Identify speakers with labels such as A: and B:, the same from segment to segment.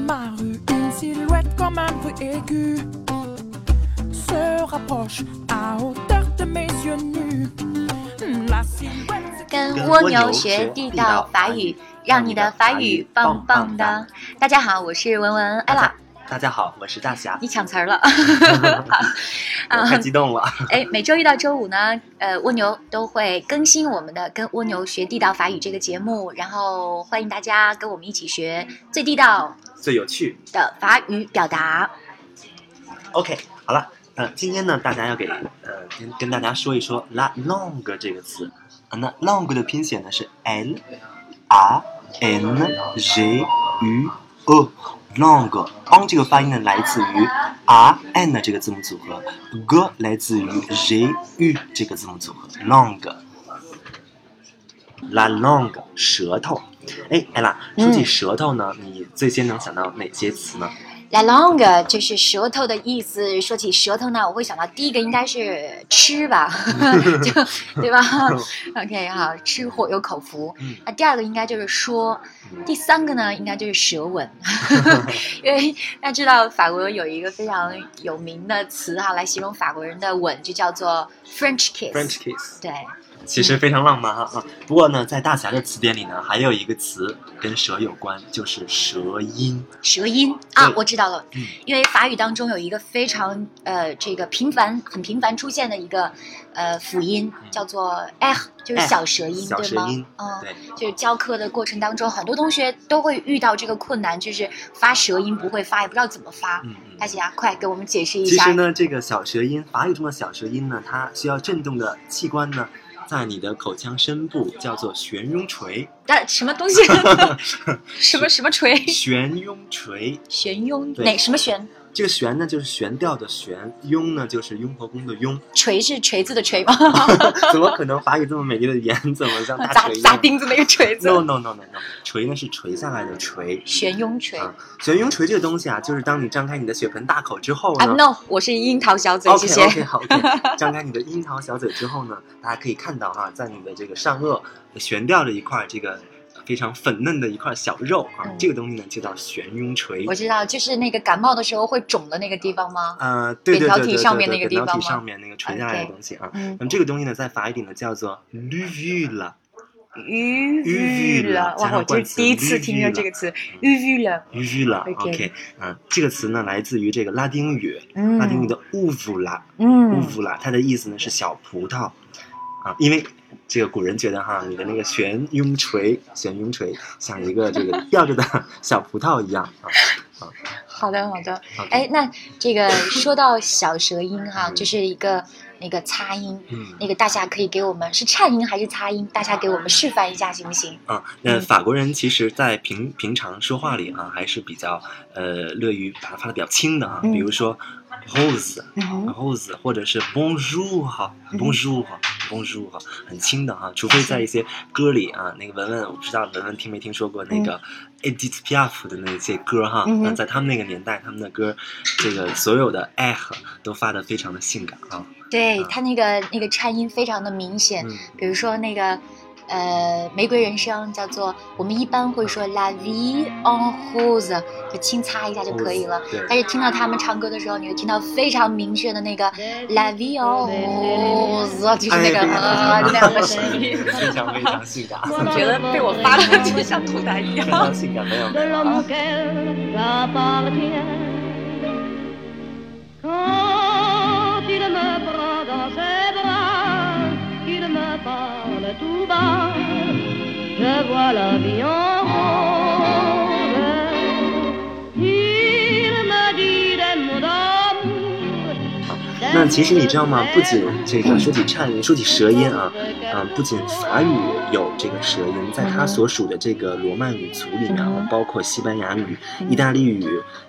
A: ma rue, une silhouette comme un bruit aigu se rapproche à hauteur de mes yeux nus. La silhouette.
B: 跟蜗牛学地道法语，让你的法语棒棒的。大家好，嗯我是文文 ella，
C: 大家好，我是大侠
B: 你。抢词儿 了。嗯
C: 我太激动了，
B: 哎，每周一到周五呢，呃，蜗牛都会更新我们的《跟蜗牛学地道法语》这个节目，然后欢迎大家跟我们一起学最地道
C: 最有趣。
B: 的法语表达。
C: OK，好了，呃，今天呢，大家要给呃跟跟大家说一说 la langue 这个词。呃那 langue 的拼写呢是 l a n g u e langue。n 这个发音呢来自于 r n 这个字母组合，g 来自于 j u 这个字母组合 langue。la langue 舌头。哎，艾拉，说起
B: 嗯
C: 舌头呢，你最先能想到哪些词呢？
B: La langue 就是舌头的意思。说起舌头呢，我会想到第一个应该是吃吧， 就 对吧？OK，好，吃货有口福。
C: 嗯
B: 那啊第二个应该就是说，第三个呢应该就是舌 吻，因为大家知道法国有一个非常有名的词哈，来形容法国人的吻就叫做 French kiss。
C: French kiss。
B: 对，
C: 其实非常浪漫哈啊！不过呢，在大侠的词典里呢，还有一个词跟蛇有关，就是蛇音。
B: 舌音啊
C: 对，
B: 我知道了，
C: 嗯
B: 因为法语当中有一个非常呃这个频繁很频繁出现的一个呃辅音
C: 嗯
B: 叫做 eh，就是小舌音、
C: 小
B: 对
C: 舌
B: 吗？
C: 音
B: 嗯，
C: 对，
B: 就是教课的过程当中，很多同学都会遇到这个困难，就是发舌音不会发，也不知道怎么发。
C: 嗯
B: 大
C: 嗯。
B: 侠，快给我们解释一
C: 其
B: 下。
C: 实呢，这个小舌音，法语中的小舌音呢，它需要震动的器官呢，在你的口腔深部叫做悬 雍垂。
B: 但什么东西？什么什么锤？
C: 悬雍垂，
B: 悬雍
C: 对
B: 哪什么悬？
C: 这个悬呢就是悬吊的悬，雍呢就是雍和宫的雍。
B: 锤是锤子的锤吗？
C: 怎么可能法语这么美丽的语言，怎么像大
B: 砸
C: 锤一
B: 砸
C: 样
B: 钉子那个锤子。
C: ？No No No No No，垂呢是垂下来的垂。
B: 悬雍锤。
C: 啊悬雍垂这个东西啊，就是当你张开你的血盆大口之后
B: 啊
C: 呢。
B: no，我是樱桃小嘴，
C: OK
B: 谢谢。
C: OK 好 OK，张开你的樱桃小嘴之后呢，大家可以看到啊，在你的这个上颚悬吊着一块这个非常粉嫩的一块小肉啊，
B: 嗯
C: 这个东西呢就叫悬雍垂
B: 我。知道，就是那个感冒的时候会肿的那个地方吗？
C: 呃，对对
B: 扁桃
C: 对
B: 体
C: 对对
B: 上面
C: 对
B: 那个
C: 扁
B: 地
C: 桃
B: 方
C: 体
B: 吗
C: 上面那个垂下来的
B: OK
C: 东西啊。
B: 嗯
C: 那，么这个东西呢，在法语里呢叫做 luvule
B: 淤淤了，哇，我这是第一次听到这个词，淤淤了，
C: luvule
B: OK
C: OK 嗯，这个词呢来自于这个拉丁语，拉丁
B: 嗯
C: 语的 uvula 乌
B: 嗯，
C: 夫啦，它的意思呢是小葡萄啊，因为这个古人觉得哈，你的那个悬雍垂，悬雍垂像一个这个吊着的 小葡萄一样啊。
B: 好的好的，
C: OK，
B: 哎，那这个说到小舌音哈，
C: 嗯
B: 就是一个那个擦音，
C: 嗯
B: 那个大侠可以给我们是颤音还是擦音？大侠给我们示范一下行不行？
C: 啊，那
B: 嗯
C: 法国人其实，在平平常说话里啊，还是比较呃乐于把它发的比较轻的啊，
B: 嗯
C: 比如说 rose
B: 嗯哼
C: rose，或者是 bonjour 哈
B: 嗯
C: bonjour 哈 bonjour 哈，很轻的哈，除非在一些歌里啊，那个文文我不知道文文听没听说过那个 Edith Piaf 的那些歌哈，
B: 嗯嗯哼
C: 那在他们那个年代，他们的歌这个所有的 eh 都发的非常的性感啊，
B: 对他那个那个颤音非常的明显，
C: 嗯
B: 比如说那个呃玫瑰人生叫做我们一般会说 La vie en rose，就轻擦一下就可以了。，
C: 嗯
B: 哎
C: 对
B: 但是听到他们唱歌的时候，你会听到非常明确的那个 La vie en rose，就是那个
C: 哎
B: 啊就那样的声音。
C: 非常非常性 感，
B: 总觉得被我发的就像吐痰一
C: 非
B: 样
C: 常。性感，没有
D: de
C: 没有 啊
D: l'homme。auquel j'appartiens. Quand il me prend dans ses bras, qu'il me parle tout bas, je vois la vie en rose. Il me dit des mots d'amour.
C: 那其实你知道吗？不仅这个说起颤音，说起舌音啊，嗯、不仅法语有这个舌音，在它所属的这个罗曼语族里面
B: 嗯
C: 啊
B: 哼，
C: 包括西班牙语、
B: 嗯
C: 意大利语，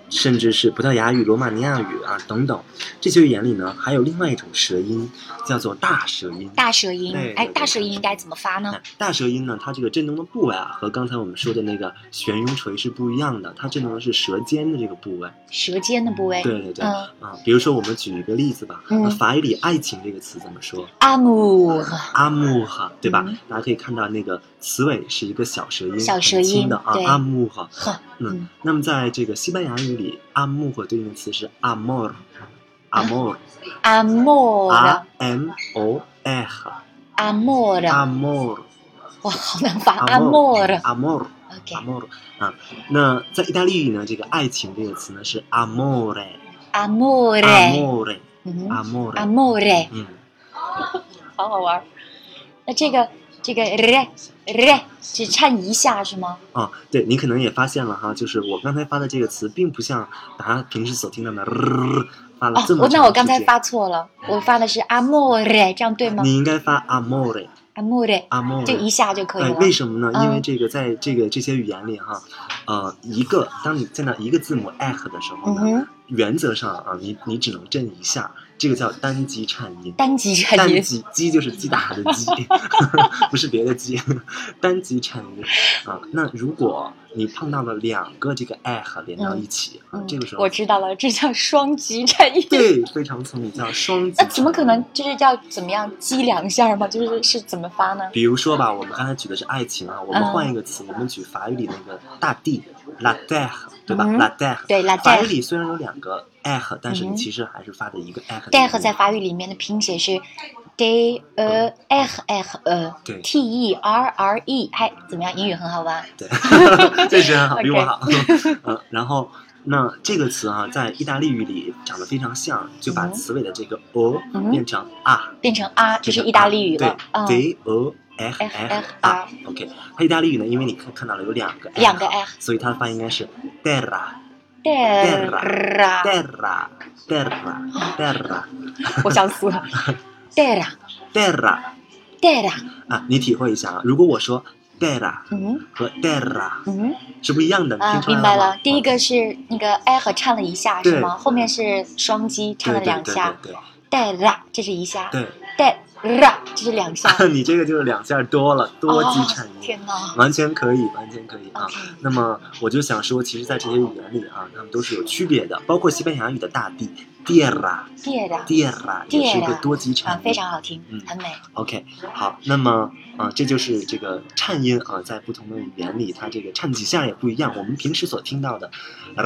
C: 甚至是葡萄牙语、罗马尼亚语啊等等这些语言里呢，还有另外一种舌音，叫做大舌音。
B: 大舌音
C: 对，
B: 哎，
C: 对
B: 大舌音应该怎么发呢？
C: 哎大舌音呢，它这个震动的部位啊，和刚才我们说的那个悬雍垂是不一样的，它震动的是舌尖的这个部位。
B: 舌尖的部位。
C: 对对对，
B: 嗯
C: 啊，比如说我们举一个例子吧？
B: 嗯
C: 那法语里“爱情”这个词怎么说？
B: 阿姆，
C: 阿木哈，对吧？
B: 嗯
C: 大家可以看到那个词尾是一个小舌音，
B: 小舌
C: 很轻
B: 音
C: 的啊
B: 对，
C: 阿木哈。
B: 呵
C: 嗯
B: 嗯，
C: 那么在这个西班牙语里，阿木和对应的词是 amor，amor，
B: 啊阿莫
C: a
B: 的
C: m o r，amor，
B: 阿莫的，
C: 啊
B: 哇，好难发，啊阿莫的。
C: amor，amor，amor
B: OK，
C: 啊。那在意大利语呢，这个爱情这个词呢是 amore，amore，amore，amore
B: 阿莫嘞，嗯，
C: 啊
B: 阿莫嘞，
C: 嗯，
B: 好好玩儿。那这个这个嘞嘞只颤一下是吗？
C: 啊，对你可能也发现了哈，就是我刚才发的这个词，并不像大家平时所听到的、呃、发了
B: 哦
C: 这，么
B: 我那我刚
C: 长时
B: 才
C: 间
B: 发错了，我发的是阿莫嘞，这样对吗？
C: 你应该发 amore
B: 阿莫嘞，
C: amore，
B: 就一下就可以
C: 哎，
B: 了。
C: 为什么呢？因为
B: 嗯
C: 这个在这个这些语言里哈，呃，一个当你见到一个字母 f 的时候
B: 嗯
C: 呢，
B: 哼，
C: 原则上啊，你你只能震一下，这个叫单击颤音。
B: 单击颤
C: 单
B: 音。
C: 击击就是击打的击， 不是别的击， 单击颤音啊。那如果你碰到了两个这个 f 连到一起、啊
B: 嗯，
C: 这个时候
B: 我知道了，这叫双击颤音。
C: 对非常聪明，叫双击。
B: 那怎么可能？？就是叫怎么样击两下吗？就是是怎么发呢？
C: 比如说吧，我们刚才举的是爱情啊，我们
B: 嗯
C: 换一个词，我们举法语里那个大地 la terre，对吧、
B: 嗯
C: la terre，
B: 对，la
C: 法语
B: terre。
C: 里虽然有两个 eh，但是
B: 嗯
C: 你其实还是发的一个 eh 的
B: d
C: 音。
B: e 在法语里面的拼写是 d e h h e
C: 对
B: t e r r e，还怎么样？英语很好玩。
C: 对， 这是很好，比我好。 嗯，然后那这个词啊，在意大利语里长得非常像，就把
B: 嗯
C: 词尾的这个 o
B: 嗯
C: 变成啊，
B: 变成 r，这是意大利语
C: 对
B: 了。嗯，
C: ，d o f
B: F
C: f
B: R
C: r。OK，它意大利语呢，因为你看看到了有两个 eh，
B: 两个 eh
C: 所以它的发音应该是 terra。
B: terra，
C: terra terra terra
B: 我想死 了。terra，terra，
C: terra 啊，你体会一下啊。如果我说 terra
B: 嗯
C: 和 terra
B: 嗯
C: 是不一样的，你
B: 啊
C: 听，出
B: 明
C: 来
B: 白
C: 了
B: 了
C: 吗？。哦
B: 第一个是那个 i 和颤了一下
C: 对
B: 是吗？后面是双击
C: 对
B: 颤了两下
C: 对
B: ，terra 这是一下
C: 对对
B: ，terra 这是 两下。
C: 对，啊你这个就是两下多了，多
B: 哦
C: 击颤啊音，
B: 天哪
C: 完全可以，完全可以啊。
B: ！OK，
C: 那么我就想说，其实，在这些语言里啊，它们都是有区别的，包括西班牙语的大地啊 tierra
B: ，terra
C: tierra 啊也是一个
B: Tierra，
C: 多击
B: 啊
C: 颤，音，
B: 非常好听
C: 嗯，
B: 很美。
C: OK，好，那么呃，这就是这个颤音啊、在不同的语言里，它这个颤几下也不一样。我们平时所听到的，呃、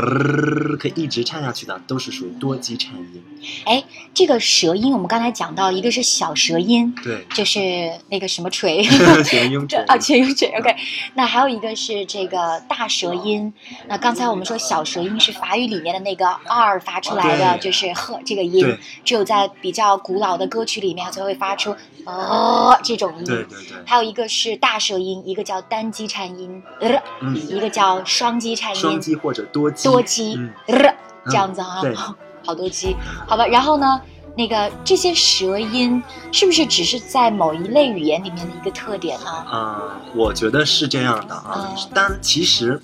C: 可以一直颤下去的，都是属于多击颤音。
B: 哎，这个舌音我们刚才讲到，一个是小舌音，
C: 对
B: 就是那个什么锤。
C: 全音
B: 这啊，全音准 OK。那还有一个是这个大舌音，那刚才我们说小舌音是法语里面的那个 r 发出来的，
C: 对
B: 就是呵这个音
C: 对，
B: 只有在比较古老的歌曲里面才会发出呃这种
C: 对
B: 音。
C: 对对，
B: 还有一个是大舌音，一个叫单击颤音，呃，
C: 嗯，
B: 一个叫双击颤
C: 双
B: 音，
C: 击或者多击，
B: 多击
C: 嗯，
B: 呃，这样子啊
C: 对，
B: 好多击，好吧。然后呢，那个这些舌音是不是只是在某一类语言里面的一个特点呢？
C: 啊、我觉得是这样的啊
B: 嗯。
C: 但其实，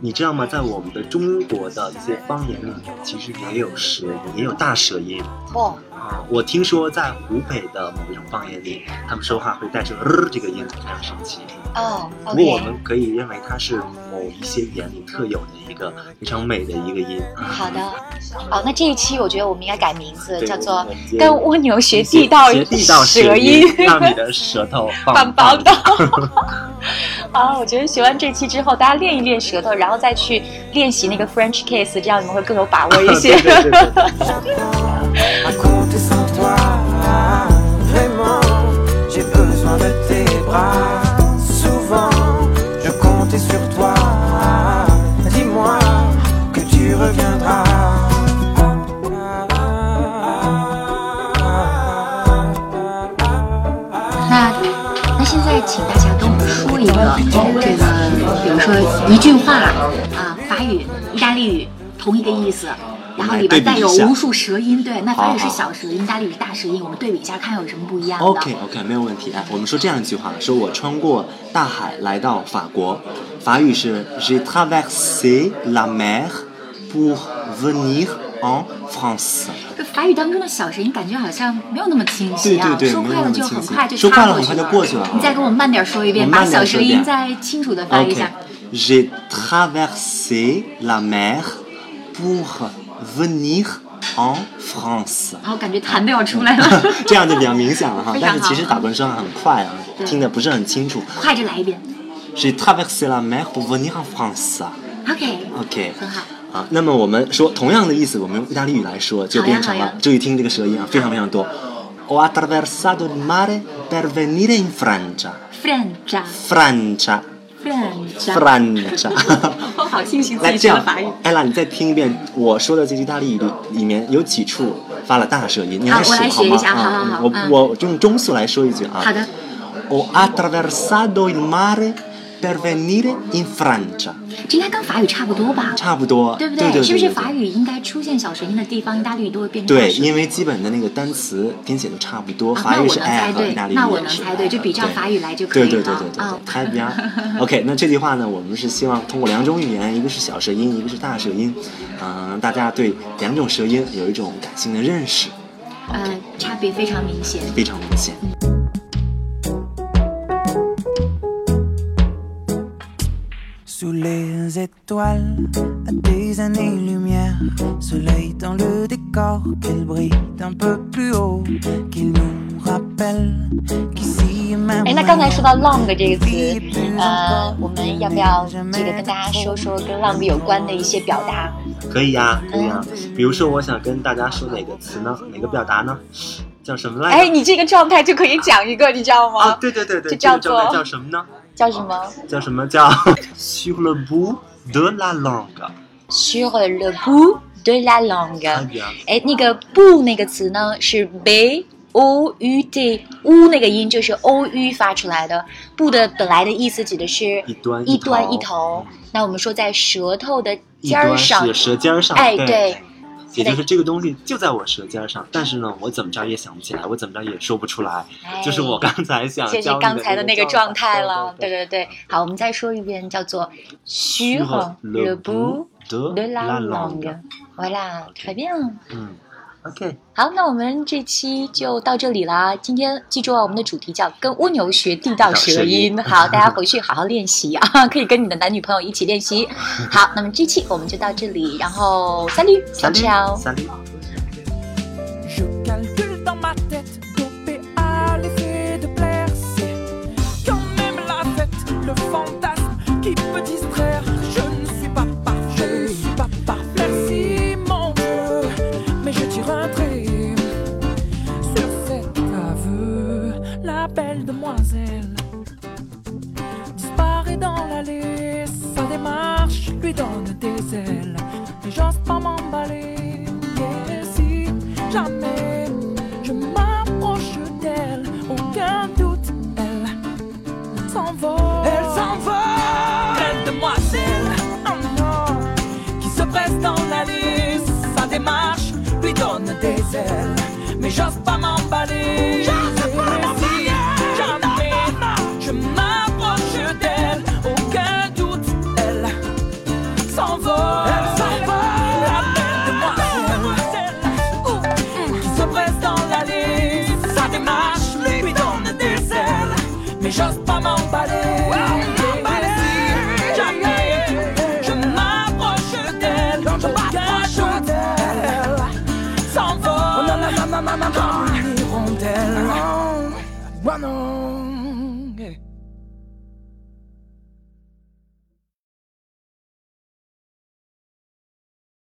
C: 你知道吗？在我们的中国的一些方言里面，其实也有舌音，也有大舌音。
B: 哦，
C: 啊，我听说在湖北的某一种方言里，他们说话会带着“呃”这个音，非常神奇。
B: 哦
C: 不过我
B: ，OK，
C: 们可以认为它是某一些语言里特有的一个非常美的一个音。
B: 好的，哦，那这一期我觉得我们应该改名字，
C: 对
B: 叫做
C: 我们
B: “
C: 接
B: 跟蜗牛学地道
C: 学地道
B: 舌
C: 音
B: 音，
C: 让你的舌头
B: 棒
C: 棒
B: 棒的
C: 的。”。
B: 啊，我觉得学完这期之后，大家练一练舌头，然后再去练习那个 French kiss，这样你们会更有把握一些
C: 对。对对对。
E: compter sur toi. Vraiment, j'ai besoin de tes bras. Souvent, je comptais sur toi. Dis-moi que tu reviendras. Ah, ah,
B: 那那现在请大家跟我们说一个这个，比如说一句话啊、法语、意大利语同一个意思，然后里边带有无数舌音，对，那法语是小舌音，意大利语是大舌音，我们对比一下看有什么不一样的。
C: OK OK，没有问题。哎，我们说这样一句话：说我穿过大海来到法国，法语是 J'ai traversé la mer pour venir en France。
F: 这法语当中的小舌音感觉好像没有那么清
C: 对
F: 晰啊，
C: 对对，
F: 说
C: 没
F: 快
C: 有
F: 了
C: 很
F: 就
C: 清
F: 很
C: 晰
F: 快就
C: 说
F: 插
C: 快了很
F: 去
C: 快就过去了。啊
F: 你再给我慢点说一遍，
C: 我
F: 把
C: 慢点
F: 小
C: 说
F: 舌
C: 一遍
F: 音再清楚的发一
C: OK，
F: 下。
C: j'ai traversé la mer pour venir en France，
F: 然后感觉痰都要出来 了，
C: 这样就比较明显了哈
F: 非。常
C: 但
F: 好
C: 是其实打本声很快啊，
F: 对
C: 听得不是很清楚。
F: 快着来一遍。
C: J'ai traversé la mer pour venir en France 啊
F: OK，
C: OK，
F: 很好。
C: 啊，那么我们说同样的意思，我们用意大利语来说，就变成
F: 好呀
C: 了
F: 好呀，
C: 注意听这个舌音啊，非常非常多。Ho attraversato il mare per venire in Francia.
F: French，
C: Francia,
F: French，
C: Francia。
F: 我好庆幸自
C: 来
F: 己
C: 这
F: 学了
C: 样
F: 法语。，
C: 艾拉，你再听一遍我说的这句意大利语里面有几处发了大舌音，你
F: 好
C: 来
F: 我
C: 使
F: 来
C: 好
F: 学一
C: 吗？
F: 下好好
C: 啊
F: 好，嗯
C: 我我用中速来说一句啊。
F: 好的。
C: Ho attraversato il mare per venire in Francia。
F: 这应该跟法语差不多吧？
C: 差不多，
F: 对不
C: 对？对
F: 是不是法？
C: 对对
F: 语应该出现小舌音的地方，意大利语都会变成大
C: 对，
F: 舌音？
C: 因为基本的那个单词拼写都差不多，
F: 啊
C: 法语是
F: 那我能
C: a
F: 猜
C: 和
F: 对
C: 意大利语
F: 那我
C: 也
F: 能
C: 是
F: 猜
C: a
F: 对就
C: 和
F: 比照
C: 对
F: 法语来就可
C: 对
F: 以
C: 对对
F: 了
C: 对对
F: 啊
C: 对，太bien。OK，那这 句话呢，我们是希望通过两种语言，一个是小舌音，一个是大舌音，嗯、大家对两种舌音有一种感性的认识，
F: 呃，差别非常明显。
C: 非常明显。
E: Sous les étoiles, à des années-lumière, soleil dans le décor, qu'il brille un peu plus haut, qu'il nous rappelle qu'ici et
B: 哎，那刚才说到 long 这个词，
A: Euh,
B: 呃，我们要不要这个跟大家说说跟 long 有关的一些表达？
C: 可以呀、可以呀、
F: 哦
C: 比如说，我想跟大家说哪个词呢？哪个表达呢？叫什么来
B: 哎，
C: 着？
B: 你这个状态就可以讲一个，你知道
C: 啊，
B: 吗？
C: 对对对
B: 这
C: 对，这个
B: 叫
C: 状态
B: 做
C: 叫什么呢？
B: 叫什么
C: 叫什么 叫 sur le bout de la langue？
B: ？Sur le bout de la
C: 哎
B: langue。
C: 呀，
B: 哎，那个 b 那个词呢是 b o u t u 那个音就是 o u 发出来的。b 的本来的意思指的是
C: 一端
B: 一端一
C: 一
B: 头。那我们说在舌头的
C: 一
B: 尖儿
C: 端
B: 上
C: 是，舌尖儿上，
B: 哎
C: 对
B: 对。
C: 也就是这个东西就在我舌尖儿上，但是呢，我怎么着也想不起来，我怎么着也说不出来，
B: 哎
C: 就是我刚才想教
B: 这
C: 你
B: 是刚才的那个状态了，
C: 对
B: 对对对。好，我们再说一遍，叫做
C: 对。
B: 虚
C: 和
B: 晃
C: le
B: le
C: bout
B: bout
C: de
B: de
C: la
B: la
C: langue，
B: langue。Voilà, très bien。
C: 嗯，OK，
B: 好，那我们这期就到这里啦。今天记住啊，我们的主题叫“跟蜗牛学地道舌音”。好，大家回去好好练习啊， 可以跟你的男女朋友一起练习。好，那么这期我们就到这里，然后三绿，三
C: 绿
B: 只哦。
C: 三绿。
A: Je calcule dans ma tête, dopé à l'effet de plaire. C'est quand même la fête, le fantasme qui peut distraire. Je ne suis pas parfait, je ne suis pas parfait. Merci mon Dieu, mais je tire un trait sur cet aveu. La belle demoiselle disparaît dans l'allée. Sa démarche lui donne des ailes. Mais j'ose pas m'emballer. Et si jamais je m'approche d'elle, aucun doute, elle s'envole. Elle s'envole, belle demoiselle. Oh non, qui se presse dans l'allée. Sa démarche lui donne des ailes. Mais j'ose pas m'emballer. J'ose pas m'emballer. Jamais je m'approche d'elle. Aucun doute, elle s'envole. Elle s'envole. La belle demoiselle. Qui se presse dans l'allée. Sa démarche lui donne des ailes. Mais j'ose pas m'emballer. Jamais je m'approche d'elle. Aucun doute, Oh, elle s'envole. Comme une hirondelle. Moi non.